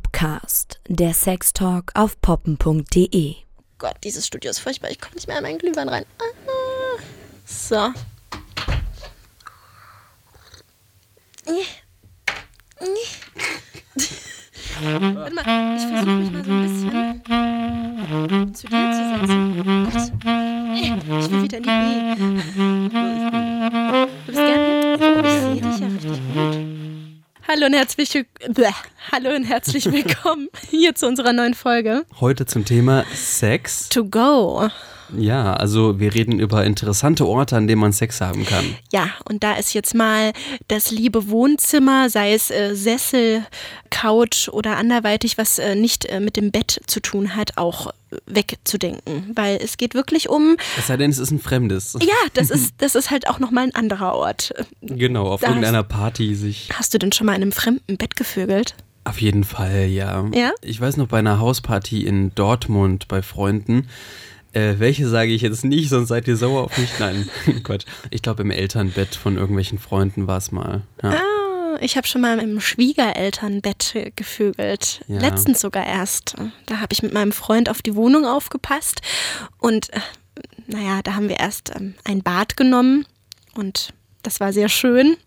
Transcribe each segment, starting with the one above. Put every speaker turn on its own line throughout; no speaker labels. Popcast, der Sextalk auf poppen.de.
Gott, dieses Studio ist furchtbar. Ich komme nicht mehr an meinen Glühwein rein. Ah, so. Warte mal, ich versuche mich mal so ein bisschen zu dir zu setzen. Gott. Nee, Ich will wieder in die Nähe. Du bist gerne hier? Oh, ich sehe dich ja richtig gut. Hallo und herzlich, willk- Bäh. Hallo und herzlich willkommen hier zu unserer neuen Folge.
Heute zum Thema Sex.
To go.
Ja, also wir reden über interessante Orte, an denen man Sex haben kann.
Ja, und da ist jetzt mal das liebe Wohnzimmer, sei es äh, Sessel, Couch oder anderweitig, was äh, nicht äh, mit dem Bett zu tun hat, auch äh, wegzudenken. Weil es geht wirklich um,
Es sei denn, es ist ein Fremdes.
ja, das ist, das ist halt auch nochmal ein anderer Ort.
Genau, auf
Da hast-
irgendeiner Party sich.
Hast du denn schon mal in einem fremden Bett gevögelt?
Auf jeden Fall, ja.
Ja?
Ich weiß noch bei einer Hausparty in Dortmund bei Freunden. Äh, welche sage ich jetzt nicht, sonst seid ihr sauer auf mich. Nein, Quatsch. Ich glaube, im Elternbett von irgendwelchen Freunden war es mal. Ja.
Ah, Ich habe schon mal im Schwiegerelternbett äh, gevögelt.
Ja.
Letztens sogar erst. Da habe ich mit meinem Freund auf die Wohnung aufgepasst. Und äh, naja, da haben wir erst ähm, ein Bad genommen und das war sehr schön.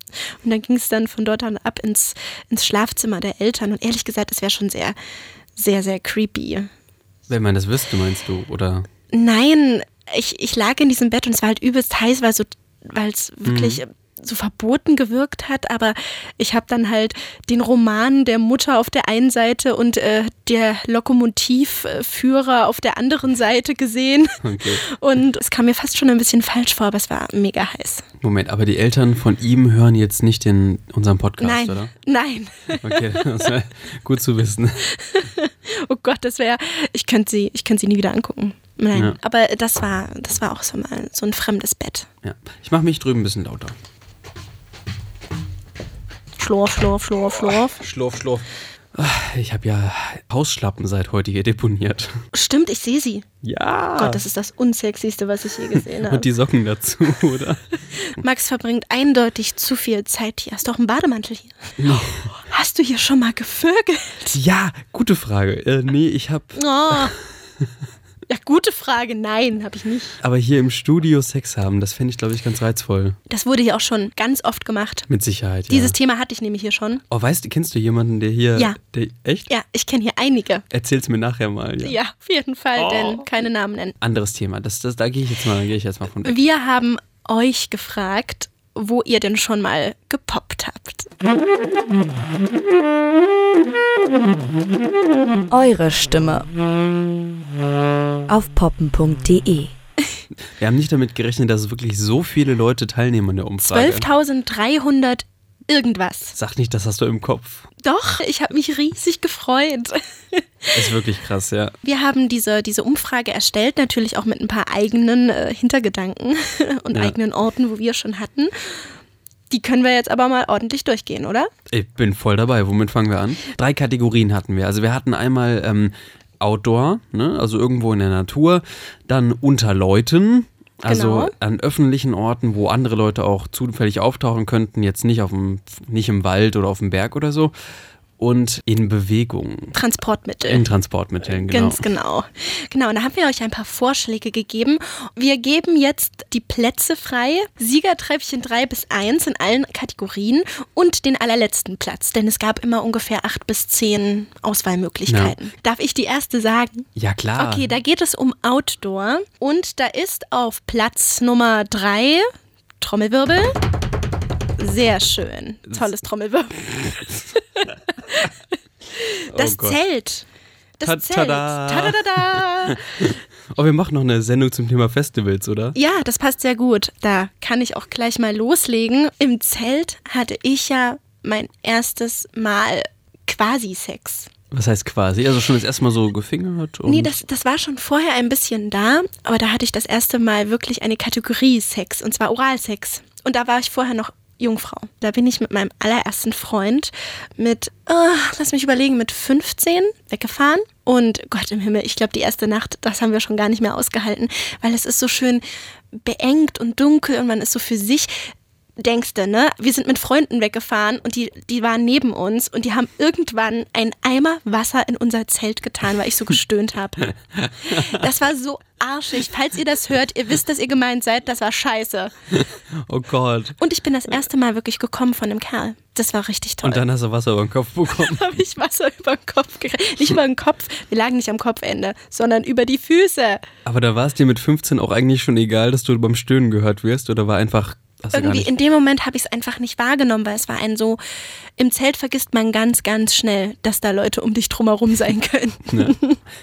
Und dann ging es dann von dort an ab ins, ins Schlafzimmer der Eltern. Und ehrlich gesagt, das wäre schon sehr, sehr, sehr creepy.
Wenn man das wüsste, meinst du? Oder?
Nein, ich, ich lag in diesem Bett und es war halt übelst heiß, weil so, weil es
Mhm.
wirklich äh, so verboten gewirkt hat. Aber ich habe dann halt den Roman der Mutter auf der einen Seite und äh, der Lokomotivführer auf der anderen Seite gesehen.
Okay.
Und es kam mir fast schon ein bisschen falsch vor, aber es war mega heiß.
Moment, aber die Eltern von ihm hören jetzt nicht den, unseren Podcast,
nein,
oder?
nein.
Okay, das wär gut zu wissen.
Oh Gott, das wäre, ich könnte sie, ich könnte sie nie wieder angucken. Nein,
Ja.
aber das war, das war auch so mal so ein fremdes Bett.
Ja. Ich mache mich drüben ein bisschen lauter.
Schlurf, schlurf, schlurf, schlurf.
Schlurf, schlurf. Ah, Ich habe ja Hausschlappen seit heute hier deponiert.
Stimmt, ich sehe sie.
Ja.
Gott, das ist das Unsexyste, was ich je gesehen habe.
Ah. Und die Socken dazu, oder?
Max verbringt eindeutig zu viel Zeit hier. Hast du auch einen Bademantel hier? Hast du hier schon mal gevögelt?
Ja, gute Frage. Äh, nee, ich habe
Oh. Ja, gute Frage. Nein, habe ich nicht.
aber hier im Studio Sex haben. Das fände ich, glaube ich, ganz reizvoll.
Das wurde hier auch schon ganz oft gemacht.
Mit Sicherheit. Ja.
Dieses Thema hatte ich nämlich hier schon.
oh, weißt du, kennst du jemanden, der hier.
Ja.
Der, echt?
Ja, ich kenne hier einige.
Erzähl's mir nachher mal. Ja. Oh.
Ja, auf jeden Fall, denn keine Namen nennen.
Anderes Thema. Das, das, da gehe ich jetzt mal, gehe ich jetzt mal von weg.
Wir haben euch gefragt, wo ihr denn schon mal gepoppt habt.
Eure Stimme auf poppen.de.
Wir haben nicht damit gerechnet, dass wirklich so viele Leute teilnehmen an der Umfrage.
12.300 irgendwas.
Sag nicht, das hast du im Kopf.
Doch, ich habe mich riesig gefreut.
Ist wirklich krass, ja.
Wir haben diese, diese Umfrage erstellt, natürlich auch mit ein paar eigenen äh, Hintergedanken und
Ja.
eigenen Orten, wo wir schon hatten. Die können wir jetzt aber mal ordentlich durchgehen, oder?
Ich bin voll dabei. Womit fangen wir an? Drei Kategorien hatten wir. Also wir hatten einmal ähm, Outdoor, ne? also irgendwo in der Natur, dann unter Leuten. Also
Genau.
an öffentlichen Orten, wo andere Leute auch zufällig auftauchen könnten, jetzt nicht, auf dem, nicht im Wald oder auf dem Berg oder so. Und in Bewegung,
Transportmittel.
in Transportmitteln, genau.
Ganz genau. Genau, und da haben wir euch ein paar Vorschläge gegeben. Wir geben jetzt die Plätze frei. Siegertreppchen 3 bis 1 in allen Kategorien und den allerletzten Platz, denn es gab immer ungefähr 8 bis 10 Auswahlmöglichkeiten. Darf ich die erste sagen?
Ja klar.
Okay, da geht es um Outdoor und da ist auf Platz Nummer 3 Trommelwirbel. Sehr schön. Tolles Trommelwirbel. Das
Oh Gott.
Zelt. Das
Ta-
Zelt.
tada.
Tadadada.
oh, wir machen noch eine Sendung zum Thema Festivals, oder?
Ja, das passt sehr gut. Da kann ich auch gleich mal loslegen. Im Zelt hatte ich ja mein erstes Mal quasi Sex.
Was heißt quasi? Also schon das erste Mal so gefingert? Und
Nee, das, das war schon vorher ein bisschen da, aber da hatte ich das erste Mal wirklich eine Kategorie Sex, und zwar Oralsex. Und da war ich vorher noch Jungfrau. Da bin ich mit meinem allerersten Freund mit, ah, lass mich überlegen, mit 15 weggefahren. Und Gott im Himmel, ich glaube, die erste Nacht, das haben wir schon gar nicht mehr ausgehalten, weil es ist so schön beengt und dunkel und man ist so für sich denkst du, ne? Wir sind mit Freunden weggefahren und die, die waren neben uns und die haben irgendwann einen Eimer Wasser in unser Zelt getan, weil ich so gestöhnt habe. Das war so arschig. Falls ihr das hört, ihr wisst, dass ihr gemeint seid, das war scheiße.
Oh Gott.
Und ich bin das erste Mal wirklich gekommen von dem Kerl. Das war richtig toll.
Und dann hast du Wasser über den Kopf bekommen.
habe ich Wasser über den Kopf gekriegt. Nicht über den Kopf, wir lagen nicht am Kopfende, sondern über die Füße.
Aber da war es dir mit 15 auch eigentlich schon egal, dass du beim Stöhnen gehört wirst oder war einfach. Hast du gar
Irgendwie
nicht.
in dem Moment habe ich es einfach nicht wahrgenommen, weil es war ein so, im Zelt vergisst man ganz, ganz schnell, dass da Leute um dich drumherum sein können.
Ne?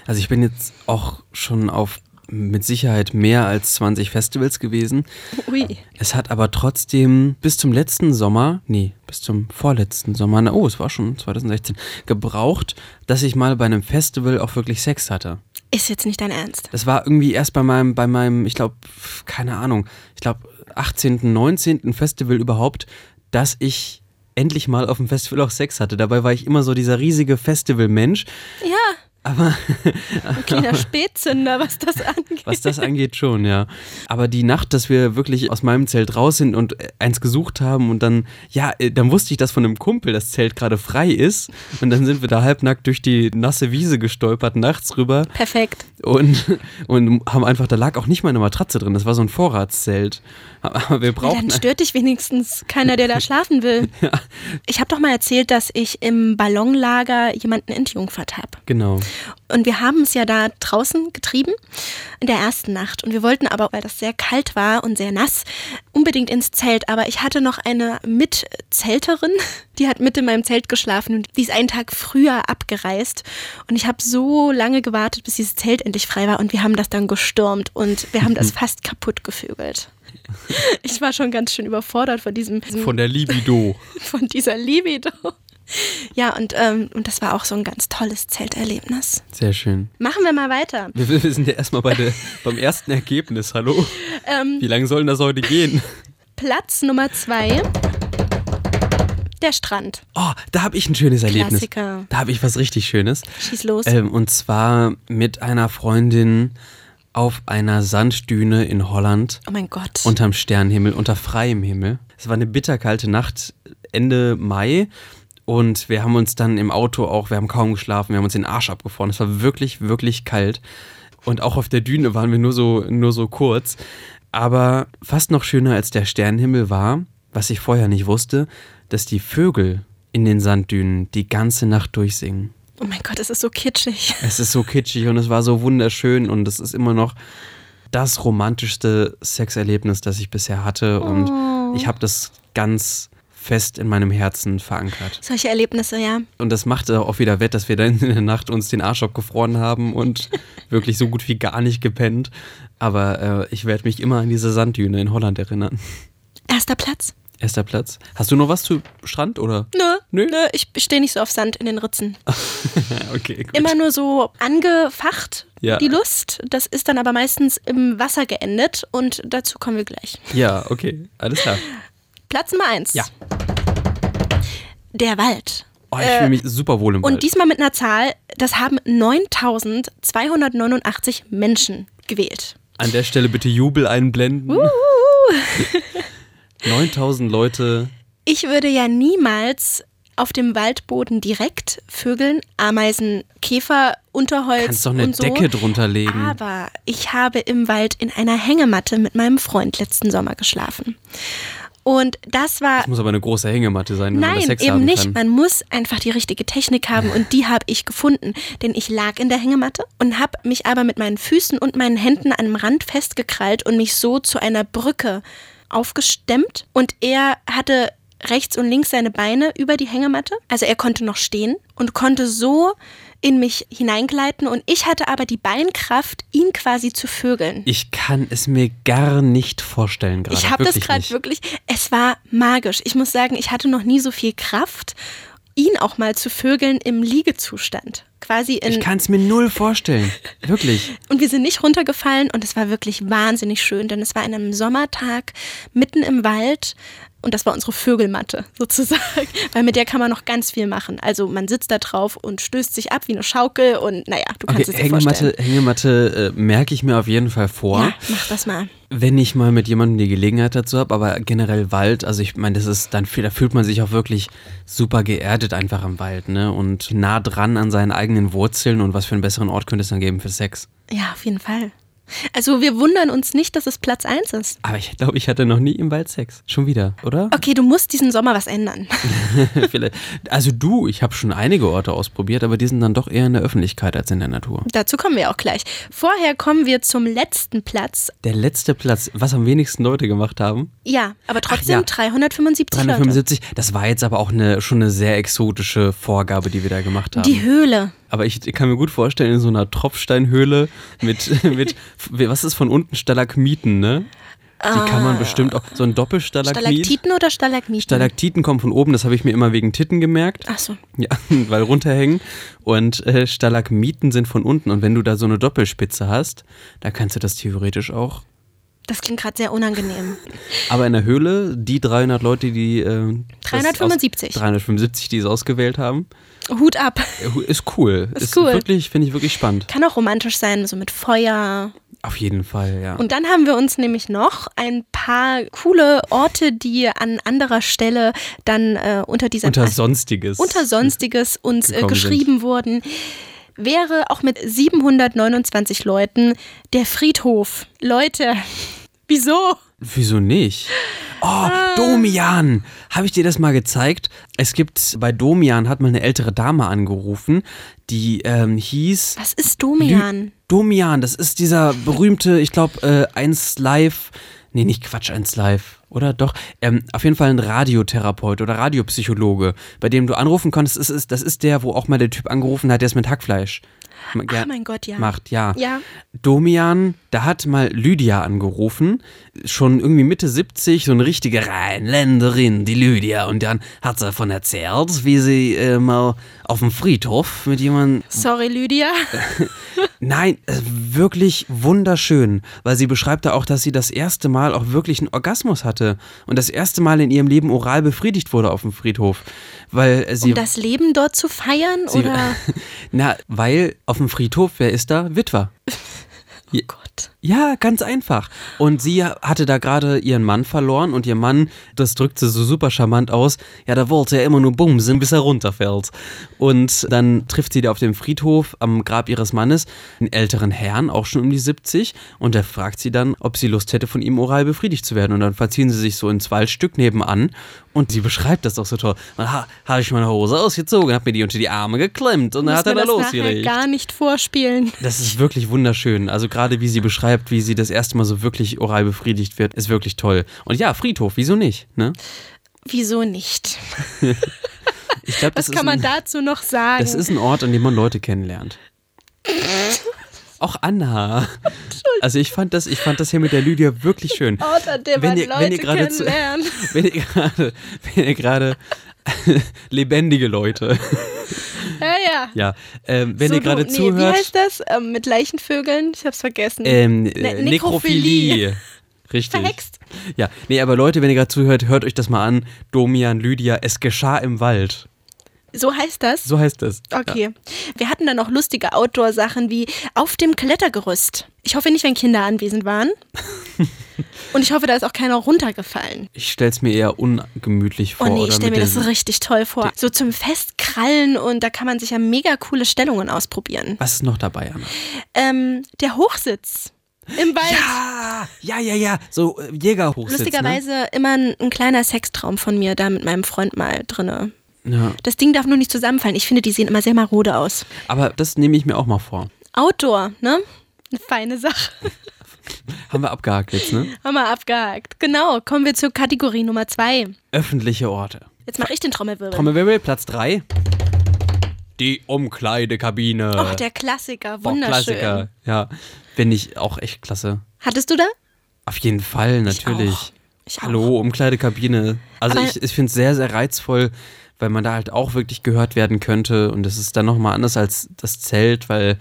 Also ich bin jetzt auch schon auf mit Sicherheit mehr als 20 Festivals gewesen.
Ui.
Es hat aber trotzdem bis zum letzten Sommer, nee, bis zum vorletzten Sommer, na, oh, es war schon 2016, gebraucht, dass ich mal bei einem Festival auch wirklich Sex hatte.
Ist jetzt nicht dein Ernst.
Das war irgendwie erst bei meinem, bei meinem, ich glaube, keine Ahnung, ich glaube 18., 19. Festival überhaupt, dass ich endlich mal auf dem Festival auch Sex hatte. Dabei war ich immer so dieser riesige Festivalmensch.
Ja,
Aber
ein kleiner Spätzünder, was das angeht.
was das angeht, schon, ja. Aber die Nacht, dass wir wirklich aus meinem Zelt raus sind und äh, eins gesucht haben und dann, ja, äh, dann wusste ich, dass von einem Kumpel das Zelt gerade frei ist. Und dann sind wir da halbnackt durch die nasse Wiese gestolpert, nachts rüber.
Perfekt.
und, und haben einfach, da lag auch nicht mal eine Matratze drin, das war so ein Vorratszelt. Aber wir
Ja,
brauchten.
dann stört dich wenigstens keiner, der da schlafen will. Ich habe doch mal erzählt, dass ich im Ballonlager jemanden entjungfert habe.
Genau.
Und wir haben es ja da draußen getrieben in der ersten Nacht. Und wir wollten aber, weil das sehr kalt war und sehr nass, unbedingt ins Zelt. Aber ich hatte noch eine Mitzelterin, die hat mit in meinem Zelt geschlafen und die ist einen Tag früher abgereist. Und ich habe so lange gewartet, bis dieses Zelt endlich frei war. Und wir haben das dann gestürmt und wir haben das fast kaputt gevögelt. Ich war schon ganz schön überfordert von diesem
Von der Libido.
von dieser Libido. Ja, und, ähm, und das war auch so ein ganz tolles Zelterlebnis.
Sehr schön.
Machen wir mal weiter.
Wir, wir sind ja erstmal bei der, beim ersten Ergebnis. Hallo?
Ähm,
Wie lange soll denn das heute gehen?
Platz Nummer zwei. Der Strand.
Oh, da habe ich ein schönes Erlebnis.
Klassiker.
Da habe ich was richtig Schönes.
Schieß los.
Ähm, und zwar mit einer Freundin auf einer Sanddüne in Holland.
oh mein Gott.
Unterm Sternenhimmel, unter freiem Himmel. Es war eine bitterkalte Nacht Ende Mai und wir haben uns dann im Auto auch, wir haben kaum geschlafen, wir haben uns den Arsch abgefroren. Es war wirklich, wirklich kalt. Und auch auf der Düne waren wir nur so, nur so kurz. Aber fast noch schöner als der Sternenhimmel war, was ich vorher nicht wusste, dass die Vögel in den Sanddünen die ganze Nacht durchsingen.
oh mein Gott, es ist so kitschig.
Es ist so kitschig und es war so wunderschön und es ist immer noch das romantischste Sexerlebnis, das ich bisher hatte und
Oh.
ich habe das ganz fest in meinem Herzen verankert.
Solche Erlebnisse, ja.
Und das machte auch wieder wett, dass wir dann in der Nacht uns den Arsch abgefroren haben und wirklich so gut wie gar nicht gepennt. Aber äh, ich werde mich immer an diese Sanddüne in Holland erinnern.
Erster Platz.
Erster Platz. Hast du noch was zu Strand oder?
Nö,
Nö.
nö. ich stehe nicht so auf Sand in den Ritzen.
Okay, gut.
Immer nur so angefacht,
Ja.
die Lust. Das ist dann aber meistens im Wasser geendet und dazu kommen wir gleich.
Ja, okay. Alles klar.
Platz Nummer eins.
Ja.
Der Wald.
Oh, ich fühle mich super wohl im Wald.
Äh, Und diesmal mit einer Zahl, das haben 9289 Menschen gewählt.
An der Stelle bitte Jubel einblenden.
Uh.
9000 Leute.
Ich würde ja niemals auf dem Waldboden direkt Vögeln, Ameisen, Käfer, Unterholz
Kannst doch eine
und so. Ah.
Decke drunter legen.
Aber ich habe im Wald in einer Hängematte mit meinem Freund letzten Sommer geschlafen. Und das war
Das muss aber eine große Hängematte sein, wenn man da
Nein,
Sex
eben
haben
nicht.
kann.
Man muss einfach die richtige Technik haben und die habe ich gefunden. Denn ich lag in der Hängematte und habe mich aber mit meinen Füßen und meinen Händen an dem Rand festgekrallt und mich so zu einer Brücke aufgestemmt. Und er hatte rechts und links seine Beine über die Hängematte. Also er konnte noch stehen und konnte so in mich hineingleiten. Und ich hatte aber die Beinkraft, ihn quasi zu vögeln.
Ich kann es mir gar nicht vorstellen gerade.
Ich habe das
Wirklich
gerade
nicht.
wirklich, es war magisch. Ich muss sagen, ich hatte noch nie so viel Kraft, ihn auch mal zu vögeln im Liegezustand. Quasi
Ich
in,
kann es mir null vorstellen. Wirklich.
und wir sind nicht runtergefallen und es war wirklich wahnsinnig schön, denn es war an einem Sommertag mitten im Wald und das war unsere Vögelmatte sozusagen, weil mit der kann man noch ganz viel machen. Also man sitzt da drauf und stößt sich ab wie eine Schaukel und naja, du kannst
Okay,
es dir vorstellen.
Hängematte, Hängematte äh, merke ich mir auf jeden Fall vor.
Ja, mach das mal.
wenn ich mal mit jemandem die Gelegenheit dazu habe, aber generell Wald, also ich meine, das ist, dann fühl- da fühlt man sich auch wirklich super geerdet einfach im Wald, ne? Und nah dran an seinen eigenen Wurzeln und was für einen besseren Ort könnte es dann geben für Sex.
Ja, auf jeden Fall. Also wir wundern uns nicht, dass es Platz 1 ist.
Aber ich glaube, ich hatte noch nie im Wald Sex. Schon wieder, oder?
Okay, du musst diesen Sommer was ändern.
Vielleicht. Also du, ich habe schon einige Orte ausprobiert, aber die sind dann doch eher in der Öffentlichkeit als in der Natur.
Dazu kommen wir auch gleich. Vorher kommen wir zum letzten Platz.
Der letzte Platz, was am wenigsten Leute gemacht haben,
Ja, aber trotzdem
ja.
375, Leute.
375, das war jetzt aber auch eine, schon eine sehr exotische Vorgabe, die wir da gemacht haben.
Die Höhle.
Aber ich kann mir gut vorstellen, in so einer Tropfsteinhöhle mit, mit was ist von unten Stalagmiten, ne? Die kann man bestimmt auch, so ein Doppelstalagmit.
Stalaktiten oder Stalagmiten?
Stalaktiten kommen von oben, das habe ich mir immer wegen Titten gemerkt,
Ach so.
ja, weil runterhängen. Und äh, Stalagmiten sind von unten. Und wenn du da so eine Doppelspitze hast, da kannst du das theoretisch auch.
Das klingt gerade sehr unangenehm.
Aber in der Höhle, die 300 Leute, die. Äh, das
375.
Aus, 375, die es ausgewählt haben,
Hut ab.
äh, ist cool.
Ist cool.
Wirklich, Finde ich wirklich spannend.
Kann auch romantisch sein, so mit Feuer.
Auf jeden Fall, ja.
Und dann haben wir uns nämlich noch ein paar coole Orte, die an anderer Stelle dann äh, unter dieser
Unter Sonstiges.
unter Sonstiges uns äh,
gekommen
geschrieben wurden, wäre auch mit 729 Leuten der Friedhof. Leute, wieso?
Wieso nicht? Oh,
Ah.
Domian! Habe ich dir das mal gezeigt? Es gibt, bei Domian hat mal eine ältere Dame angerufen, die ähm, hieß...
Was ist Domian?
Lü- Domian, das ist dieser berühmte, ich glaube, äh, 1 Live... Nee, nicht Quatsch, 1 Live, oder? Doch, ähm, auf jeden Fall ein Radiotherapeut oder Radiopsychologe, bei dem du anrufen konntest. Das ist, das ist der, wo auch mal der Typ angerufen hat, der es mit Hackfleisch
Ah, mein Gott, ja.
macht, ja.
Ja.
Domian, da hat mal Lydia angerufen, schon irgendwie Mitte 70, so eine richtige Rheinländerin, die Lydia. Und dann hat sie davon erzählt, wie sie äh, mal auf dem Friedhof mit jemandem
Sorry, Lydia.
Äh, Nein, äh, wirklich wunderschön, weil sie beschreibt da auch, dass sie das erste Mal auch wirklich einen Orgasmus hatte und das erste Mal in ihrem Leben oral befriedigt wurde auf dem Friedhof, weil äh, sie
Um das Leben dort zu feiern?
sie, äh,
oder?
na, weil auf dem Friedhof, wer ist da? Witwer.
Oh Gott.
Ja, ganz einfach. Und sie hatte da gerade ihren Mann verloren und ihr Mann, das drückt sie so super charmant aus, ja, da wollte er immer nur bumsen, bis er runterfällt. Und dann trifft sie da auf dem Friedhof am Grab ihres Mannes einen älteren Herrn, auch schon um die 70, und der fragt sie dann, ob sie Lust hätte, von ihm oral befriedigt zu werden. Und dann verziehen sie sich so ins Waldstück nebenan und sie beschreibt das auch so toll. Dann ha, habe ich meine Hose ausgezogen, habe mir die unter die Arme geklemmt und dann
Muss
hat er
mir
da
das nachher
losgelegt.
gar nicht vorspielen.
Das ist wirklich wunderschön. Also gerade wie sie beschreibt, wie sie das erste Mal so wirklich oral befriedigt wird, ist wirklich toll. Und ja, Friedhof, wieso nicht? Ne?
Wieso nicht?
Ich glaube, das,
Was
ist
kann man
ein-
dazu noch sagen?
das ist ein Ort, an dem man Leute kennenlernt. Auch Anna. Also ich fand das, ich fand das hier mit der Lydia wirklich schön.
Ort, an dem man Leute
gerade zu-
kennenlernt.
wenn ihr gerade, wenn ihr gerade lebendige Leute,
ja, ja.
ja, ähm, wenn
So,
ihr gerade
du- nee, Wie
zuhört,
heißt das? Ähm, mit Leichenvögeln? Ich hab's vergessen.
ähm,
Ne-
äh,
Nekrophilie.
Nekrophilie. Richtig.
Verhext.
Ja, nee, aber Leute, wenn ihr gerade zuhört, hört euch das mal an. Domian, Lydia, es geschah im Wald.
So heißt das?
So heißt es.
Okay. Wir hatten dann auch lustige Outdoor-Sachen wie auf dem Klettergerüst. Ich hoffe nicht, wenn Kinder anwesend waren. Und ich hoffe, da ist auch keiner runtergefallen.
Ich stell's mir eher ungemütlich vor.
oh nee, ich
oder
stelle mir
mit
das
den-
richtig toll vor. So zum Festkrallen und da kann man sich ja mega coole Stellungen ausprobieren.
Was ist noch dabei, Anna?
Ähm, der Hochsitz im Wald.
Ja, ja, ja, ja. So äh, Jägerhochsitz.
Ah. Lustigerweise immer ein, ein kleiner Sextraum von mir da mit meinem Freund mal drinne.
Ne? Ja.
Das Ding darf nur nicht zusammenfallen. Ich finde, die sehen immer sehr marode aus.
Aber das nehme ich mir auch mal vor.
Outdoor, ne? Eine feine Sache.
Haben wir abgehakt jetzt, ne?
Haben wir abgehakt. Genau, kommen wir zur Kategorie Nummer zwei.
Öffentliche Orte.
Jetzt mache ich den Trommelwirbel.
Trommelwirbel, Platz 3. Die Umkleidekabine.
Och, der Klassiker,
Boah,
wunderschön.
Klassiker. Ja, finde ich auch echt klasse.
Hattest du da?
Auf jeden Fall, natürlich.
auch. Ich auch.
Hallo, Umkleidekabine. Also
Aber-
ich, ich finde es sehr, sehr reizvoll, weil man da halt auch wirklich gehört werden könnte. Und das ist dann nochmal anders als das Zelt, weil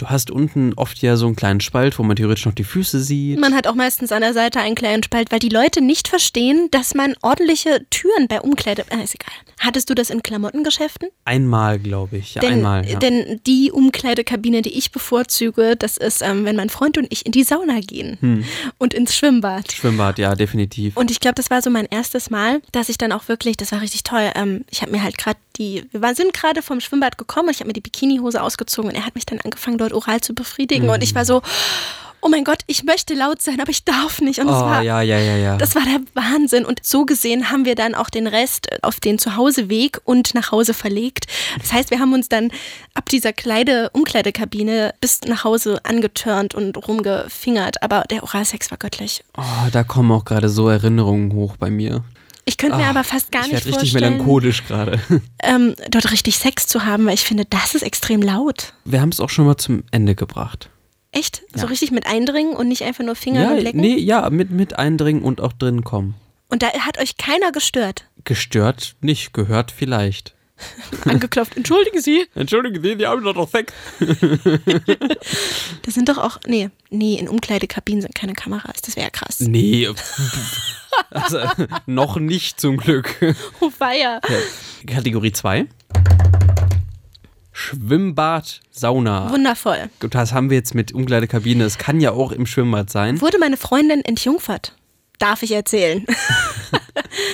Du hast unten oft ja so einen kleinen Spalt, wo man theoretisch noch die Füße sieht.
Man hat auch meistens an der Seite einen kleinen Spalt, weil die Leute nicht verstehen, dass man ordentliche Türen bei Umkleide... Ah, ist egal. Hattest du das in Klamottengeschäften?
einmal, glaube ich. Ja,
denn,
einmal. Ja.
denn die Umkleidekabine, die ich bevorzuge, das ist, ähm, wenn mein Freund und ich in die Sauna gehen
Hm.
und ins Schwimmbad.
Schwimmbad, ja, definitiv.
Und ich glaube, das war so mein erstes Mal, dass ich dann auch wirklich, das war richtig toll. Ähm, ich habe mir halt gerade die, wir waren, sind gerade vom Schwimmbad gekommen und ich habe mir die Bikinihose ausgezogen und er hat mich dann angefangen, dort oral zu befriedigen. Und ich war
Mhm.
so, oh mein Gott, ich möchte laut sein, aber ich darf nicht. Und
oh,
das war,
ja, ja, ja, ja.
das war der Wahnsinn. Und so gesehen haben wir dann auch den Rest auf den Zuhauseweg und nach Hause verlegt. Das heißt, wir haben uns dann ab dieser Kleide Umkleidekabine bis nach Hause angetörnt und rumgefingert. Aber der Oralsex war göttlich.
oh, da kommen auch gerade so Erinnerungen hoch bei mir.
Ich könnte mir
Ah,
aber fast gar
ich
nicht
werd richtig
vorstellen,
melancholisch gerade.
ähm, dort richtig Sex zu haben, weil ich finde, das ist extrem laut.
Wir haben es auch schon mal zum Ende gebracht.
Echt?
Ja.
So richtig mit eindringen und nicht einfach nur Finger und
ja,
lecken?
nee, ja, mit, mit eindringen und auch drin kommen.
Und da hat euch keiner gestört.
Gestört nicht, gehört vielleicht.
Angeklopft. Entschuldigen Sie.
Entschuldigen Sie, die haben doch Sex.
Das sind doch auch. Nee, nee, in Umkleidekabinen sind keine Kameras. Das wäre ja krass.
Nee, äh, also, noch nicht zum Glück.
Oh, feier.
Kategorie 2. Schwimmbad, Sauna.
Wundervoll.
Gut, Das haben wir jetzt mit Umkleidekabine. Es kann ja auch im Schwimmbad sein.
Wurde meine Freundin entjungfert? Darf ich erzählen?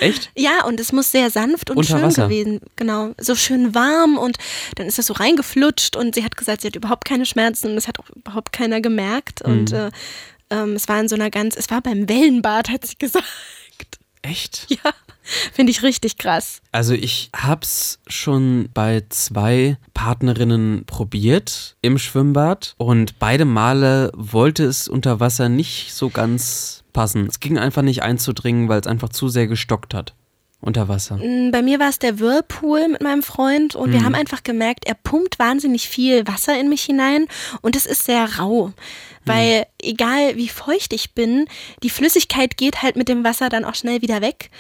Echt?
ja, und es muss sehr sanft und
Unter
schön
Wasser.
gewesen. Genau. So schön warm und dann ist das so reingeflutscht und sie hat gesagt, sie hat überhaupt keine Schmerzen und das hat auch überhaupt keiner gemerkt. Und
Mhm.
äh, ähm, es war in so einer ganz. Es war beim Wellenbad, hat sie gesagt.
Echt?
Ja. Finde ich richtig krass.
Also ich hab's schon bei zwei Partnerinnen probiert im Schwimmbad und beide Male wollte es unter Wasser nicht so ganz passen. Es ging einfach nicht einzudringen, weil es einfach zu sehr gestockt hat unter Wasser.
Mm, Bei mir war es der Whirlpool mit meinem Freund und wir haben einfach gemerkt, er pumpt wahnsinnig viel Wasser in mich hinein und es ist sehr rau. Weil egal wie feucht ich bin, die Flüssigkeit geht halt mit dem Wasser dann auch schnell wieder weg.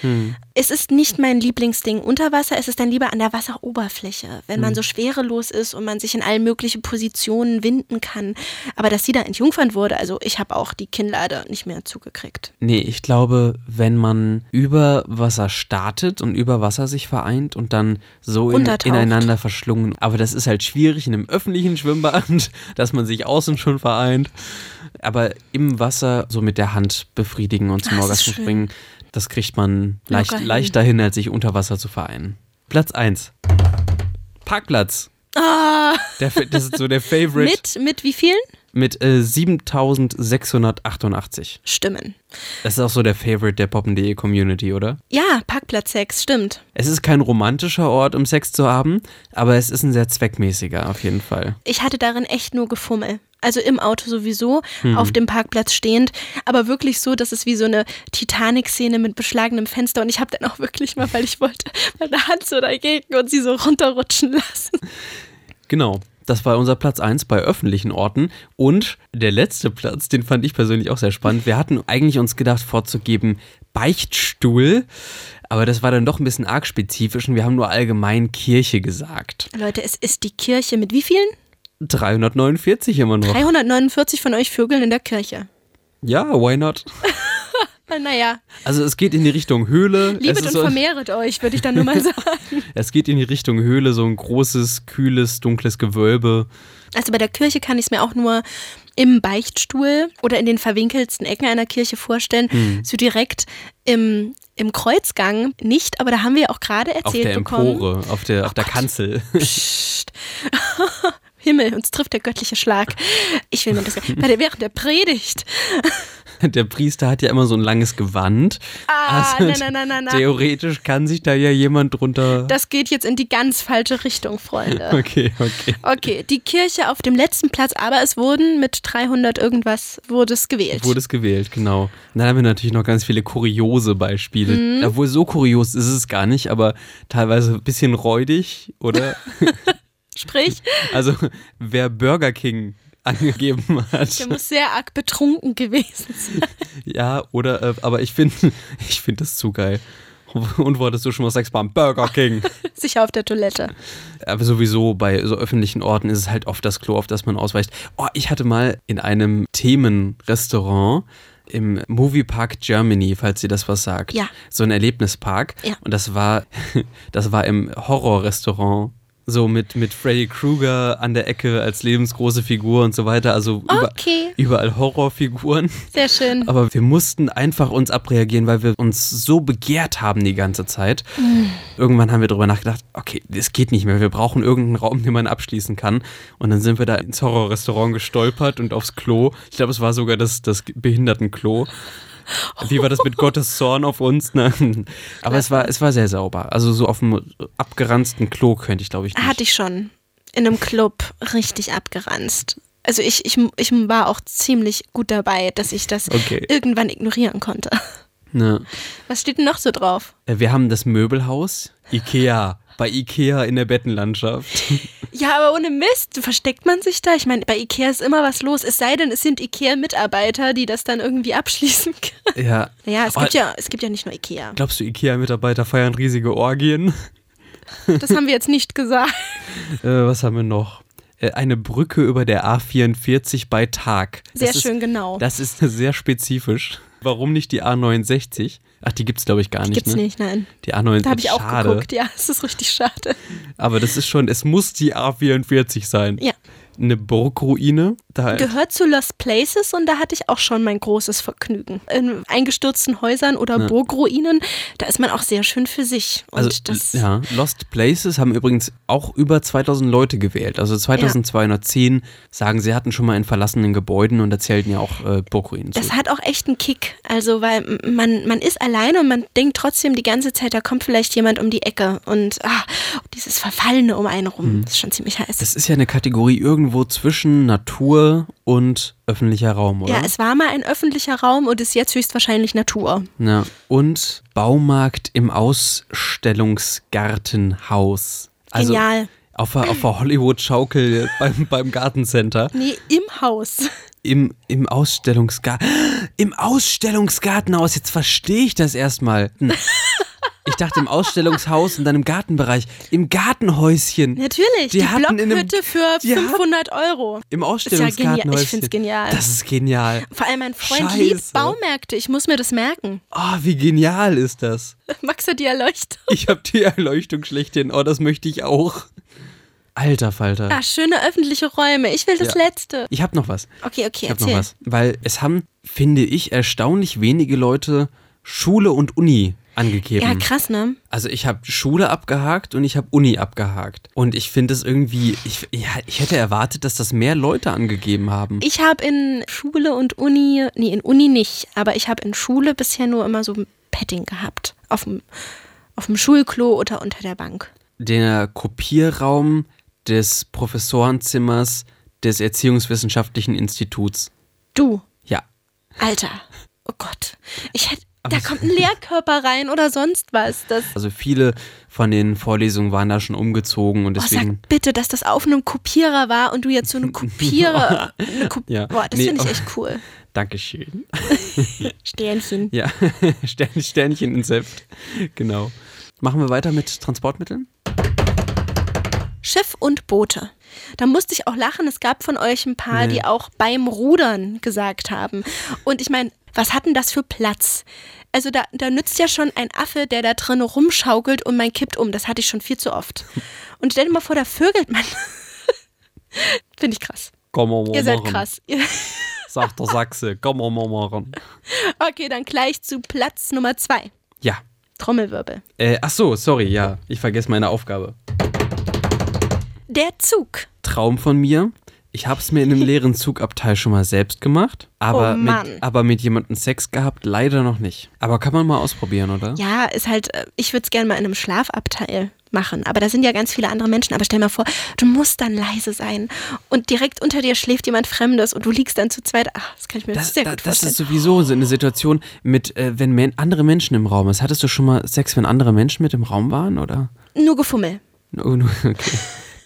Es ist nicht mein Lieblingsding unter Wasser, es ist dann lieber an der Wasseroberfläche, wenn man so schwerelos ist und man sich in allen möglichen Positionen winden kann. Aber dass sie da entjungfern wurde, also ich habe auch die Kinnlade nicht mehr zugekriegt.
Nee, ich glaube, wenn man über Wasser startet und über Wasser sich vereint und dann so in,
Untertaucht.
ineinander verschlungen. Aber das ist halt schwierig in einem öffentlichen Schwimmbad, dass man sich außen schon vereint. Aber im Wasser so mit der Hand befriedigen und zum
Ah, das ist
Orgasmus
schön.
bringen, das kriegt man leicht,
hin.
leichter hin, als sich unter Wasser zu vereinen. Platz 1. Parkplatz. Der, fa- das ist so der Favorite mit,
Ah, Mit, mit wie vielen
äh, 7688.
Stimmen?
Das ist auch so der Favorite der Poppen.de Community, oder?
Ja, Parkplatzsex, stimmt.
Es ist kein romantischer Ort, um Sex zu haben, aber es ist ein sehr zweckmäßiger auf jeden Fall.
Ich hatte darin echt nur Gefummel. Also im Auto sowieso,
Mhm.
auf dem Parkplatz stehend, aber wirklich so, dass es wie so eine Titanic-Szene mit beschlagenem Fenster und ich habe dann auch wirklich mal, weil ich wollte, meine Hand so dagegen und sie so runterrutschen lassen.
Genau. Das war unser Platz 1 bei öffentlichen Orten. Und der letzte Platz, den fand ich persönlich auch sehr spannend. Wir hatten eigentlich uns gedacht, vorzugeben Beichtstuhl. Aber das war dann doch ein bisschen arg spezifisch und wir haben nur allgemein Kirche gesagt.
Leute, es ist die Kirche mit wie vielen?
349 immer noch.
349 von euch Vögeln in der Kirche.
Ja, why not?
Na- Naja,
Also es geht in die Richtung Höhle. es
liebet
ist
und
so-
vermehret euch, würde ich dann nur mal sagen.
Es geht in die Richtung Höhle, so ein großes, kühles, dunkles Gewölbe.
Also bei der Kirche kann ich es mir auch nur im Beichtstuhl oder in den verwinkelsten Ecken einer Kirche vorstellen.
Mhm.
So direkt im, im Kreuzgang nicht, aber da haben wir auch gerade
Auf
erzählt
der
bekommen. Oh
Empore, auf der, auf der Kanzel.
Psst. Himmel, uns trifft der göttliche Schlag. Ich will mir das bei der, während der Predigt.
Der Priester hat ja immer so ein langes Gewand. Also
Ah, na, na, na, na, na.
Theoretisch kann sich da ja jemand drunter.
Das geht jetzt in die ganz falsche Richtung, Freunde.
Okay, okay.
Okay, die Kirche auf dem letzten Platz, aber es wurden mit 300 irgendwas wurde es gewählt.
Wurde es gewählt, genau. Und dann haben wir natürlich noch ganz viele kuriose Beispiele.
Mhm.
Obwohl, so kurios ist es gar nicht, aber teilweise ein bisschen räudig, oder?
Sprich,
Also, wer Burger King angegeben
der
hat.
muss sehr arg betrunken gewesen sein.
Ja, oder, äh, aber ich finde ich find das zu geil. Und wurdest du schon mal Sex beim Burger King?
Sicher auf der Toilette.
Aber sowieso bei so öffentlichen Orten ist es halt oft das Klo, auf das man ausweicht. Oh, ich hatte mal in einem Themenrestaurant im Moviepark Germany, falls ihr das was sagt.
Ja.
So ein Erlebnispark.
Ja.
Und das war, das war im Horrorrestaurant. So mit, mit Freddy Krueger an der Ecke als lebensgroße Figur und so weiter. Also über,
Okay.
überall Horrorfiguren.
Sehr schön.
Aber wir mussten einfach uns abreagieren, weil wir uns so begehrt haben die ganze Zeit. Irgendwann haben wir darüber nachgedacht, okay, es geht nicht mehr. Wir brauchen irgendeinen Raum, den man abschließen kann. Und dann sind wir da ins Horrorrestaurant gestolpert und aufs Klo. Ich glaube, es war sogar das, das Behindertenklo. Wie war das mit Gottes Zorn auf uns? Ne? Aber es war, es war sehr sauber. Also so auf dem abgeranzten Klo könnte ich, glaube ich, nicht.
Hatte ich schon. In einem Club richtig abgeranzt. Also ich, ich, ich war auch ziemlich gut dabei, dass ich das
Okay.
irgendwann ignorieren konnte.
Ne.
Was steht denn noch so drauf?
Äh, Wir haben das Möbelhaus, Ikea. Bei Ikea in der Bettenlandschaft.
Ja, aber ohne Mist, versteckt man sich da? Ich meine, bei Ikea ist immer was los, es sei denn, es sind Ikea-Mitarbeiter, die das dann irgendwie abschließen können.
Ja.
Naja, es
Oh,
gibt ja, es gibt ja nicht nur Ikea.
Glaubst du, IKEA-Mitarbeiter feiern riesige Orgien?
Das haben wir jetzt nicht gesagt.
Äh, was haben wir noch? Äh, eine Brücke über der A44 bei Tag.
Sehr
das
schön,
Ist,
genau.
das ist sehr spezifisch. Warum nicht die A69? Ach, die gibt's glaube ich gar nicht.
Gibt's
ne?
nicht, nein.
Die A69.
Da habe ich auch
schade.
geguckt, ja, es ist richtig schade.
Aber das ist schon, es muss die A44 sein.
Ja.
Eine Burgruine. Da,
Gehört zu Lost Places und da hatte ich auch schon mein großes Vergnügen. In eingestürzten Häusern oder Burgruinen, da ist man auch sehr schön für sich. Und
also,
das
ja, Lost Places haben übrigens auch über 2000 Leute gewählt. Also 2210 sagen, sie hatten schon mal in verlassenen Gebäuden und da zählten ja auch äh, Burgruinen zu.
Das hat auch echt einen Kick. Also, weil m- man, man ist alleine und man denkt trotzdem die ganze Zeit, da kommt vielleicht jemand um die Ecke und ah, dieses Verfallene um einen rum. Das ist schon ziemlich heiß.
Das Mhm. ist ja eine Kategorie irgendwo zwischen Natur und öffentlicher Raum, oder?
ja, es war mal ein öffentlicher Raum und ist jetzt höchstwahrscheinlich Natur.
ja. Und Baumarkt im Ausstellungsgartenhaus. Also
Genial.
Auf der, auf der Hollywood-Schaukel beim, beim Gartencenter.
Nee, im Haus.
Im, im Ausstellungsgarten. Im Ausstellungsgartenhaus. Jetzt verstehe ich das erstmal. Hm. Ich dachte im Ausstellungshaus und dann im Gartenbereich. Im Gartenhäuschen.
Natürlich, die,
Die hatten in einem-
Blockhütte für
die hatten-
500 Euro.
Im
genial. Ich find's
Ausstellungsgartenhäuschen.
genial.
Das ist genial.
Vor allem mein Freund liebt
Scheiße.
Baumärkte. Ich muss mir das merken.
Oh, wie genial ist das?
Max hat die erleuchtet.
Ich habe die Erleuchtung schlechthin. Oh, das möchte ich auch. Alter Falter.
Ah, schöne öffentliche Räume. Ich will das
Ja.
letzte.
Ich habe noch was.
Okay, okay,
Ich habe noch
erzähl.
was. Weil es haben, finde ich, erstaunlich wenige Leute Schule und Uni angegeben.
Ja, krass, ne?
Also ich habe Schule abgehakt und ich habe Uni abgehakt. Und ich finde es irgendwie, ich, ja, ich hätte erwartet, dass das mehr Leute angegeben haben.
Ich habe in Schule und Uni, nee, in Uni nicht, aber ich habe in Schule bisher nur immer so ein Padding gehabt. Auf dem, auf dem Schulklo oder unter der Bank.
Der Kopierraum des Professorenzimmers des Erziehungswissenschaftlichen Instituts.
Du,
Ja,
Alter. Oh Gott. Ich hätte. Da kommt ein Lehrkörper rein oder sonst was. Das,
Also viele von den Vorlesungen waren da schon umgezogen und
oh,
deswegen.
sag bitte, dass das auf einem Kopierer war und du jetzt so eine Kopierer. Eine Ko
Ja.
Boah, das
Nee,
finde ich
aber-
echt cool.
Dankeschön.
Sternchen.
Ja, Stern, Sternchen ins Heft. Genau. Machen wir weiter mit Transportmitteln?
Schiff und Boote. Da musste ich auch lachen. Es gab von euch ein paar, die auch beim Rudern gesagt haben. Und ich meine, was hat denn das für Platz? Also da, da nützt ja schon ein Affe, der da drin rumschaukelt und man kippt um. Das hatte ich schon viel zu oft. Und stell dir mal vor, da vögelt man. Finde ich krass.
Komm mal
Ihr seid krass. Ihr-
Sagt der Sachse. Komm mal machen.
Okay, dann gleich zu Platz Nummer zwei.
Ja.
Trommelwirbel.
Äh, ach so, sorry, ja. Ich vergesse meine Aufgabe.
Der Zug.
Traum von mir. Ich habe es mir in einem leeren Zugabteil schon mal selbst gemacht, aber,
Oh Mann.
mit, aber mit jemandem Sex gehabt leider noch nicht. Aber kann man mal ausprobieren, oder?
Ja, ist halt, äh, ich würde es gerne mal in einem Schlafabteil machen, aber da sind ja ganz viele andere Menschen. Aber stell mal vor, du musst dann leise sein und direkt unter dir schläft jemand Fremdes und du liegst dann zu zweit. Ach, das kann ich mir
Das,
sehr
da-
gut
das
vorstellen.
ist sowieso so eine Situation mit, äh, wenn men andere Menschen im Raum ist. Hattest du schon mal Sex, wenn andere Menschen mit im Raum waren, oder?
Nur Gefummel.
Oh, nur- Okay.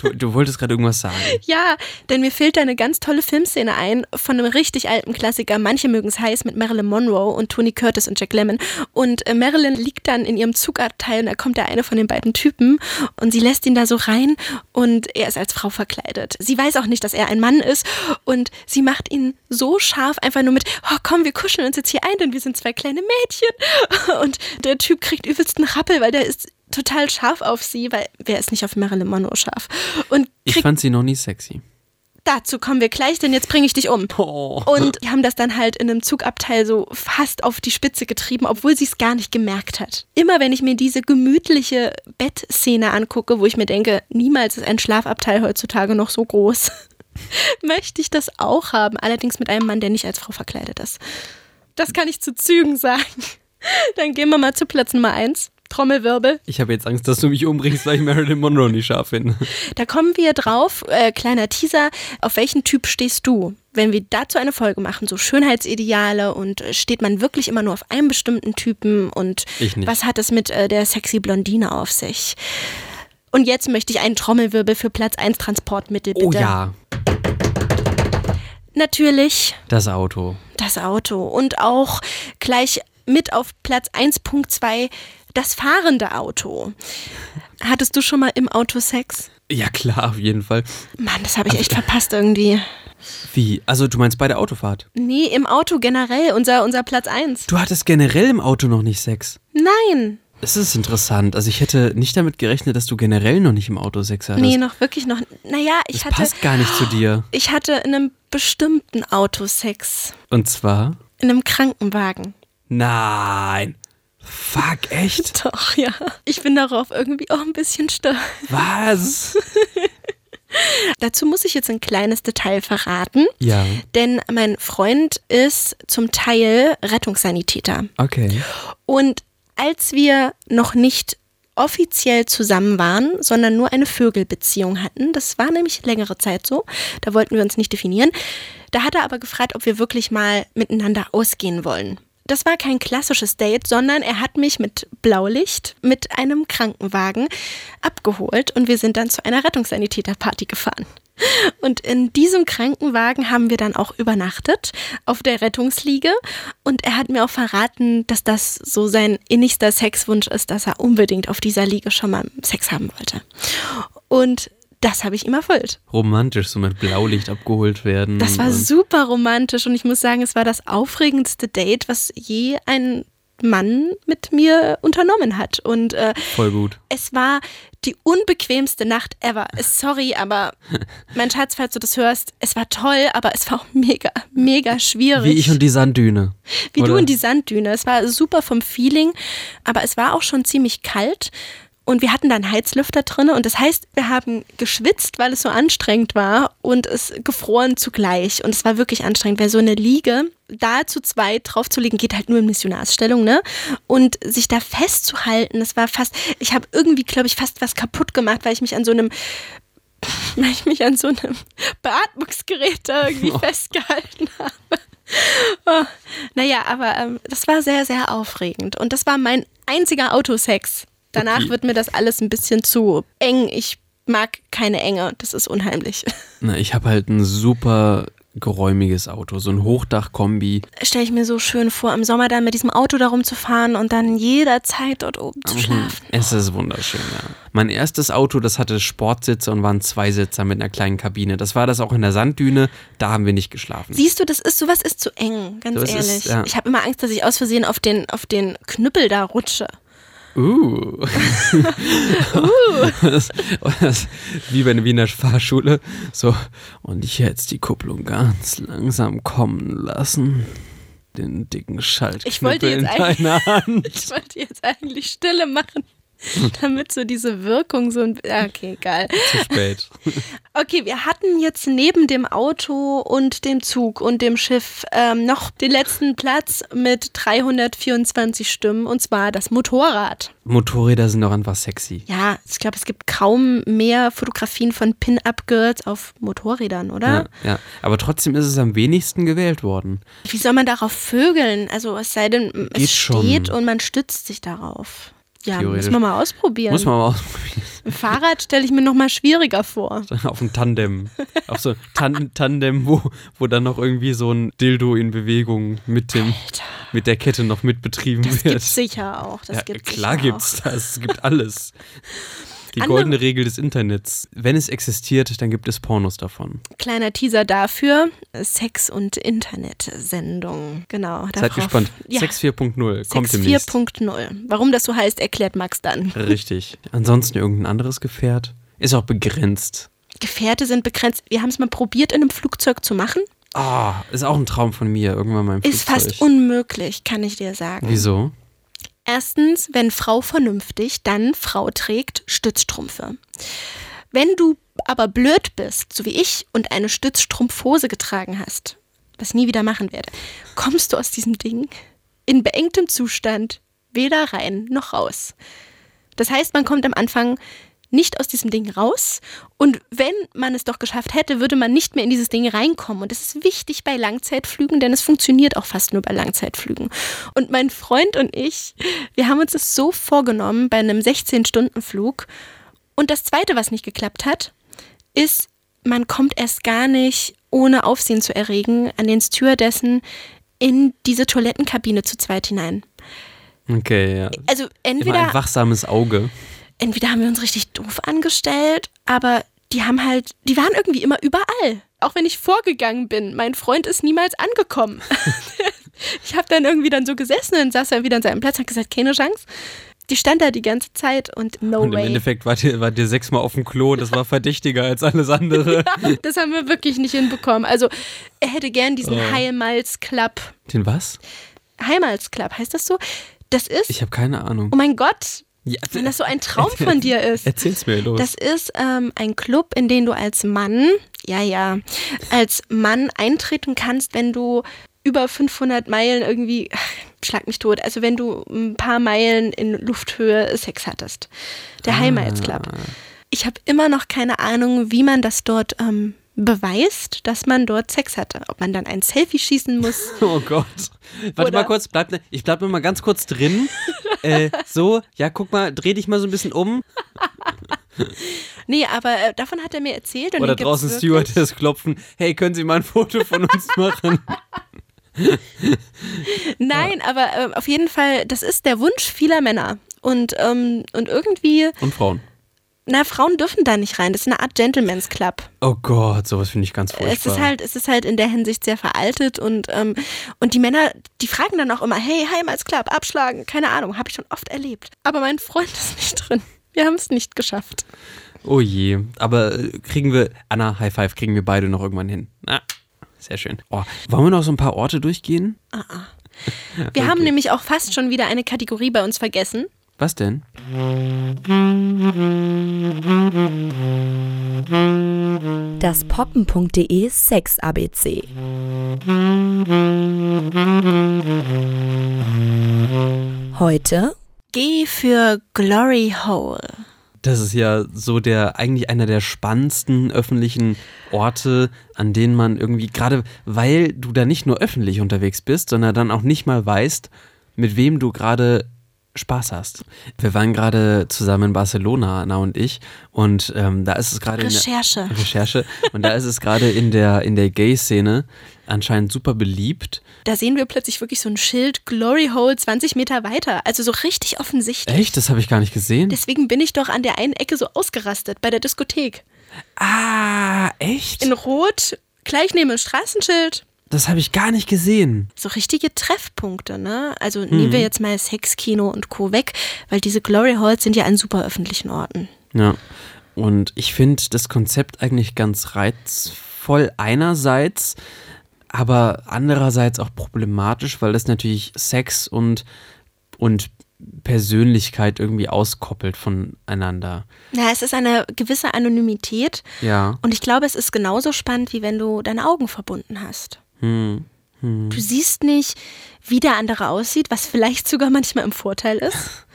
Du, du wolltest gerade irgendwas sagen.
Ja, denn mir fehlt da eine ganz tolle Filmszene ein von einem richtig alten Klassiker. Manche mögen es heiß mit Marilyn Monroe und Tony Curtis und Jack Lemmon. Und äh, Marilyn liegt dann in ihrem Zugabteil und da kommt der eine von den beiden Typen und sie lässt ihn da so rein und er ist als Frau verkleidet. Sie weiß auch nicht, dass er ein Mann ist und sie macht ihn so scharf einfach nur mit, oh komm, wir kuscheln uns jetzt hier ein, denn wir sind zwei kleine Mädchen. Und der Typ kriegt übelsten Rappel, weil der ist total scharf auf sie, weil wer ist nicht auf Marilyn Monroe scharf? Und
Ich fand sie noch nie sexy.
dazu kommen wir gleich, denn jetzt bringe ich dich um.
Oh.
Und die haben das dann halt in einem Zugabteil so fast auf die Spitze getrieben, obwohl sie es gar nicht gemerkt hat. Immer wenn ich mir diese gemütliche Bettszene angucke, wo ich mir denke, niemals ist ein Schlafabteil heutzutage noch so groß, möchte ich das auch haben. Allerdings mit einem Mann, der nicht als Frau verkleidet ist. Das kann ich zu Zügen sagen. Dann gehen wir mal zu Platz Nummer eins. Trommelwirbel.
Ich habe jetzt Angst, dass du mich umbringst, weil ich Marilyn Monroe nicht scharf finde.
Da kommen wir drauf, äh, kleiner Teaser, auf welchen Typ stehst du? Wenn wir dazu eine Folge machen, so Schönheitsideale und äh, steht man wirklich immer nur auf einem bestimmten Typen und
Ich nicht.
was hat es mit äh, der sexy Blondine auf sich? Und jetzt möchte ich einen Trommelwirbel für Platz 1 Transportmittel bitte.
Oh ja,
Natürlich
das Auto.
das Auto und auch gleich mit auf Platz 1.2 das fahrende Auto. Hattest du schon mal im Auto Sex?
Ja klar, auf jeden Fall.
Mann, das
Also
habe ich echt verpasst irgendwie.
Wie? Also du meinst bei der Autofahrt?
Nee, im Auto generell, unser, unser Platz 1.
Du hattest generell im Auto noch nicht Sex.
Nein.
Das ist interessant. Also ich hätte nicht damit gerechnet, dass du generell noch nicht im Auto Sex hattest.
Nee, noch wirklich noch. Naja, ich
das
hatte.
passt gar nicht zu dir.
Ich hatte in einem bestimmten Auto Sex.
Und zwar?
In einem Krankenwagen.
Nein. Fuck, echt?
Doch, ja. Ich bin darauf irgendwie auch ein bisschen stolz.
Was?
Dazu muss ich jetzt ein kleines Detail verraten.
Ja.
Denn mein Freund ist zum Teil Rettungssanitäter.
Okay.
Und als wir noch nicht offiziell zusammen waren, sondern nur eine Vögelbeziehung hatten, das war nämlich längere Zeit so, da wollten wir uns nicht definieren, da hat er aber gefragt, ob wir wirklich mal miteinander ausgehen wollen. Das war kein klassisches Date, sondern er hat mich mit Blaulicht mit einem Krankenwagen abgeholt und wir sind dann zu einer Rettungssanitäterparty gefahren. Und in diesem Krankenwagen haben wir dann auch übernachtet auf der Rettungsliege. Und er hat mir auch verraten, dass das so sein innigster Sexwunsch ist, dass er unbedingt auf dieser Liege schon mal Sex haben wollte. Und das habe ich ihm erfüllt.
Romantisch, so mit Blaulicht abgeholt werden.
Das war
Mhm. und-
super romantisch und ich muss sagen, es war das aufregendste Date, was je ein Mann mit mir unternommen hat. Und äh,
Voll gut.
es war die unbequemste Nacht ever. Sorry, aber mein Schatz, falls du das hörst, es war toll, aber es war auch mega, mega schwierig.
Wie ich und die Sanddüne.
Wie du
oder?
in die Sanddüne. Es war super vom Feeling, aber es war auch schon ziemlich kalt. Und wir hatten da einen Heizlüfter drin und das heißt, wir haben geschwitzt, weil es so anstrengend war und es gefroren zugleich. Und es war wirklich anstrengend, weil so eine Liege da zu zweit drauf zu liegen, geht halt nur in Missionarsstellung, ne? Und sich da festzuhalten, das war fast, ich habe irgendwie, glaube ich, fast was kaputt gemacht, weil ich mich an so einem, weil ich mich an so einem Beatmungsgerät da irgendwie festgehalten habe. Oh, naja, aber ähm, das war sehr, sehr aufregend. Und das war mein einziger Autosex. Danach
Okay.
wird mir das alles ein bisschen zu eng. Ich mag keine Enge. Das ist unheimlich.
Na, ich habe halt ein super geräumiges Auto, so ein Hochdachkombi.
Stelle ich mir so schön vor, im Sommer dann mit diesem Auto da rumzufahren und dann jederzeit dort oben
Mhm.
zu schlafen.
Es ist wunderschön, ja. Mein erstes Auto, das hatte Sportsitze und waren Zweisitzer mit einer kleinen Kabine. Das war das auch in der Sanddüne. Da haben wir nicht geschlafen.
Siehst du, das ist sowas ist zu eng, ganz
Das ist,
ehrlich.
ja.
Ich habe immer Angst, dass ich aus Versehen auf den, auf den Knüppel da rutsche.
Uh. das, das, wie bei wie in der Fahrschule. So, und ich jetzt die Kupplung ganz langsam kommen lassen. Den dicken Schaltknüppel
Ich wollte jetzt
in
eigentlich-
deiner Hand.
Ich wollte jetzt eigentlich Stille machen, damit so diese Wirkung so ein. Ja, Okay, egal.
Zu spät.
Okay, wir hatten jetzt neben dem Auto und dem Zug und dem Schiff ähm, noch den letzten Platz mit 324 Stimmen und zwar das Motorrad.
Motorräder sind doch einfach sexy.
Ja, ich glaube, es gibt kaum mehr Fotografien von Pin-Up-Girls auf Motorrädern, oder?
Ja, ja. Aber trotzdem ist es am wenigsten gewählt worden.
Wie soll man darauf vögeln? Also es sei denn, es
Geht schon.
steht und man stützt sich darauf. Ja,
theoretisch.
müssen wir mal ausprobieren.
Muss man mal ausprobieren.
Ein Fahrrad stelle ich mir noch mal schwieriger vor.
Auf ein Tandem. Auf so ein Tan Tandem, wo, wo dann noch irgendwie so ein Dildo in Bewegung mit, dem, mit der Kette noch mitbetrieben
Das
wird.
gibt's sicher auch. Das
ja,
gibt's
klar
sicher
gibt's das. Es gibt alles. Die
Andere-
goldene Regel des Internets. Wenn es existiert, dann gibt es Pornos davon.
Auch. Kleiner Teaser dafür: Sex und Internet-Sendung. Genau.
Seid
darauf-
gespannt.
Ja,
Sex 4.0 kommt
Sex
demnächst.
4.0. Warum das so heißt, erklärt Max dann.
Richtig. Ansonsten irgendein anderes Gefährt. Ist auch begrenzt.
Gefährte sind begrenzt. Wir haben es mal probiert, in einem Flugzeug zu machen.
Ah, ist auch ein Traum von mir, irgendwann mal im
Ist
Flugzeug.
fast unmöglich, kann ich dir sagen.
Wieso?
Erstens, wenn Frau vernünftig, dann Frau trägt Stützstrümpfe. Wenn du aber blöd bist, so wie ich, und eine Stützstrumpfhose getragen hast, was ich nie wieder machen werde, kommst du aus diesem Ding in beengtem Zustand weder rein noch raus. Das heißt, man kommt am Anfang nicht aus diesem Ding raus und wenn man es doch geschafft hätte, würde man nicht mehr in dieses Ding reinkommen. Und das ist wichtig bei Langzeitflügen, denn es funktioniert auch fast nur bei Langzeitflügen. Und mein Freund und ich, wir haben uns das so vorgenommen bei einem 16-Stunden-Flug. Und das Zweite, was nicht geklappt hat, ist, man kommt erst gar nicht, ohne Aufsehen zu erregen, an den Stewardessen in diese Toilettenkabine zu zweit hinein.
Okay, ja.
Also
Immer
entweder
ein wachsames Auge.
entweder haben wir uns richtig doof angestellt, aber die haben halt, die waren irgendwie immer überall. Auch wenn ich vorgegangen bin, mein Freund ist niemals angekommen. ich habe dann irgendwie dann so gesessen und saß dann wieder an seinem Platz und hat gesagt, keine Chance. Die stand da die ganze Zeit und no
Und im
way.
Endeffekt war dir, war dir sechsmal auf dem Klo, das war verdächtiger als alles andere.
Das haben wir wirklich nicht hinbekommen. Also er hätte gern diesen
Oh.
Heimals Club.
Den was?
Heimals Club, heißt das so? Das ist,
Ich habe keine Ahnung.
oh mein Gott,
Ja,
wenn das so ein Traum von dir ist.
erzähl's mir los.
Das ist ähm, ein Club, in den du als Mann, ja, ja, als Mann eintreten kannst, wenn du über 500 Meilen irgendwie, ach, schlag mich tot, also wenn du ein paar Meilen in Lufthöhe Sex hattest. Der
Ah.
Heimals Club. Ich habe immer noch keine Ahnung, wie man das dort ähm, beweist, dass man dort Sex hatte. Ob man dann ein Selfie schießen muss.
Oh Gott. Warte
Oder-
mal kurz, bleib, ne- ich bleib noch mal ganz kurz drin. äh, so, ja, guck mal, dreh dich mal so ein bisschen um.
Nee, aber äh, davon hat er mir erzählt. Und
Oder
den
draußen
gibt's wirklich.
Stewardess klopfen. Hey, können Sie mal ein Foto von uns machen?
Nein, aber ähm, auf jeden Fall, das ist der Wunsch vieler Männer. Und, ähm, und irgendwie,
Und Frauen.
na, Frauen dürfen da nicht rein. Das ist eine Art Gentleman's Club.
Oh Gott, sowas finde ich ganz furchtbar.
Es ist, halt, es ist halt in der Hinsicht sehr veraltet und, ähm, und die Männer, die fragen dann auch immer, hey, Heimals Club, abschlagen, keine Ahnung, habe ich schon oft erlebt. Aber mein Freund ist nicht drin. Wir haben es nicht geschafft.
Oh je. Aber äh, kriegen wir, Anna, High Five, kriegen wir beide noch irgendwann hin. Ah, sehr schön. Oh, wollen wir noch so ein paar Orte durchgehen?
Wir haben nämlich auch fast schon wieder eine Kategorie bei uns vergessen.
Was denn?
Das poppen.de Sex ABC. Heute
G für Glory Hole.
Das ist ja so der, eigentlich einer der spannendsten öffentlichen Orte, an denen man irgendwie, gerade weil du da nicht nur öffentlich unterwegs bist, sondern dann auch nicht mal weißt, mit wem du gerade Spaß hast. Wir waren gerade zusammen in Barcelona, Anna und ich, und ähm, da ist es gerade in der-
Recherche.
Recherche. Und da ist es gerade in der, in der Gay-Szene anscheinend super beliebt.
Da sehen wir plötzlich wirklich so ein Schild Glory Hole 20 Meter weiter. Also so richtig offensichtlich.
Echt? Das habe ich gar nicht gesehen.
Deswegen bin ich doch an der einen Ecke so ausgerastet, bei der Diskothek.
ah, echt?
In Rot, gleich neben dem Straßenschild.
Das habe ich gar nicht gesehen.
So richtige Treffpunkte, ne? Also nehmen wir jetzt mal Sex, Kino und Co. weg, weil diese Glory Halls sind ja an super öffentlichen Orten.
Ja. Und ich finde das Konzept eigentlich ganz reizvoll einerseits, aber andererseits auch problematisch, weil das natürlich Sex und, und Persönlichkeit irgendwie auskoppelt voneinander.
Na, es ist eine gewisse Anonymität
Ja.
und ich glaube, es ist genauso spannend, wie wenn du deine Augen verbunden hast.
Hm.
Du siehst nicht, wie der andere aussieht, was vielleicht sogar manchmal im Vorteil ist.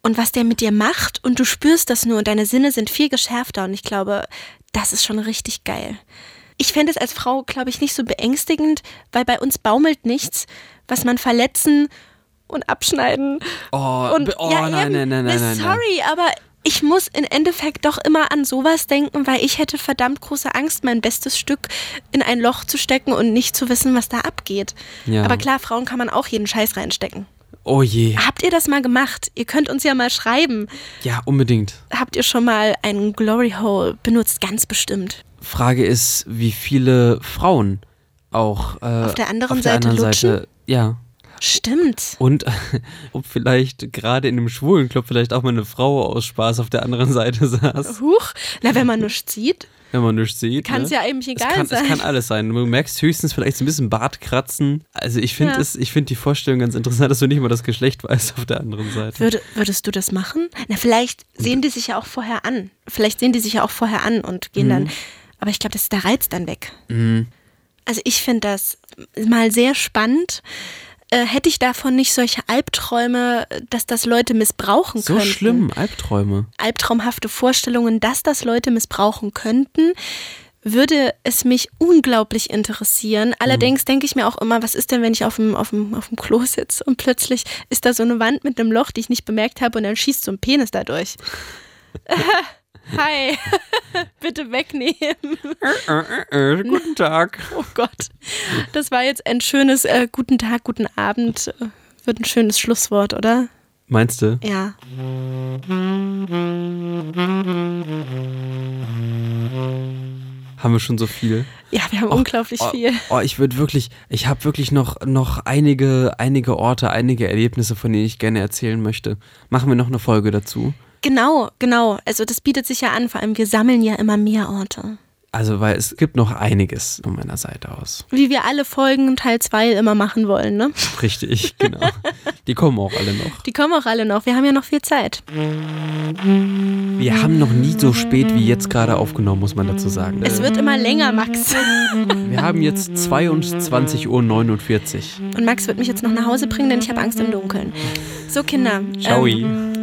Und was der mit dir macht und du spürst das nur und deine Sinne sind viel geschärfter und ich glaube, das ist schon richtig geil. Ich fände es als Frau, glaube ich, nicht so beängstigend, weil bei uns baumelt nichts, was man verletzen und abschneiden.
Oh,
und,
be- oh nein, nein, nein,
Nee,
nein, nein.
Sorry, aber ich muss im Endeffekt doch immer an sowas denken, weil ich hätte verdammt große Angst, mein bestes Stück in ein Loch zu stecken und nicht zu wissen, was da abgeht.
Ja.
Aber klar, Frauen kann man auch jeden Scheiß reinstecken.
Oh je.
Habt ihr das mal gemacht? Ihr könnt uns ja mal schreiben.
Ja, unbedingt.
Habt ihr schon mal einen Glory Hole benutzt? Ganz bestimmt.
Frage ist, wie viele Frauen auch äh, auf
der anderen Seite lutschen?
ja.
Stimmt.
Und ob vielleicht gerade in einem schwulen Club vielleicht auch mal eine Frau aus Spaß auf der anderen Seite saß,
Huch. Na, wenn man nichts sieht,
wenn man nichts sieht.
kann es
ne?
ja eigentlich
es
egal
kann,
sein.
es kann alles sein. Du merkst höchstens vielleicht so ein bisschen Bartkratzen. Also ich finde
Ja.
es, ich finde die Vorstellung ganz interessant, dass du nicht mal das Geschlecht weißt auf der anderen Seite.
Würde, würdest du das machen? Na, vielleicht sehen die sich ja auch vorher an. Vielleicht sehen die sich ja auch vorher an und gehen
Mhm.
dann. Aber ich glaube, das ist der Reiz dann weg. Also ich finde das mal sehr spannend. Äh, hätte ich davon nicht solche Albträume, dass das Leute missbrauchen
So
könnten.
schlimm, Albträume.
albtraumhafte Vorstellungen, dass das Leute missbrauchen könnten, würde es mich unglaublich interessieren. Allerdings denke ich mir auch immer, was ist denn, wenn ich auf dem, auf, dem, auf dem Klo sitze und plötzlich ist da so eine Wand mit einem Loch, die ich nicht bemerkt habe und dann schießt so ein Penis dadurch. Hi, bitte wegnehmen.
Äh, äh, guten Tag.
Oh Gott, das war jetzt ein schönes äh, Guten Tag, guten Abend. Äh, Wird ein schönes Schlusswort, oder?
Meinst du?
Ja.
Haben wir schon so viel?
Ja, wir haben unglaublich
oh,
viel.
Oh, ich würde wirklich, ich habe wirklich noch, noch einige, einige Orte, einige Erlebnisse, von denen ich gerne erzählen möchte. Machen wir noch eine Folge dazu.
Genau, genau. Also das bietet sich ja an. Vor allem, wir sammeln ja immer mehr Orte.
Also, weil es gibt noch einiges von meiner Seite aus.
Wie wir alle Folgen im Teil 2 immer machen wollen, ne?
Richtig, genau. Die kommen auch alle noch.
Die kommen auch alle noch. Wir haben ja noch viel Zeit.
Wir haben noch nie so spät wie jetzt gerade aufgenommen, muss man dazu sagen.
Es wird immer länger, Max.
wir haben jetzt 22.49 Uhr.
Und Max wird mich jetzt noch nach Hause bringen, denn ich habe Angst im Dunkeln. So, Kinder.
Ciao.
Ähm,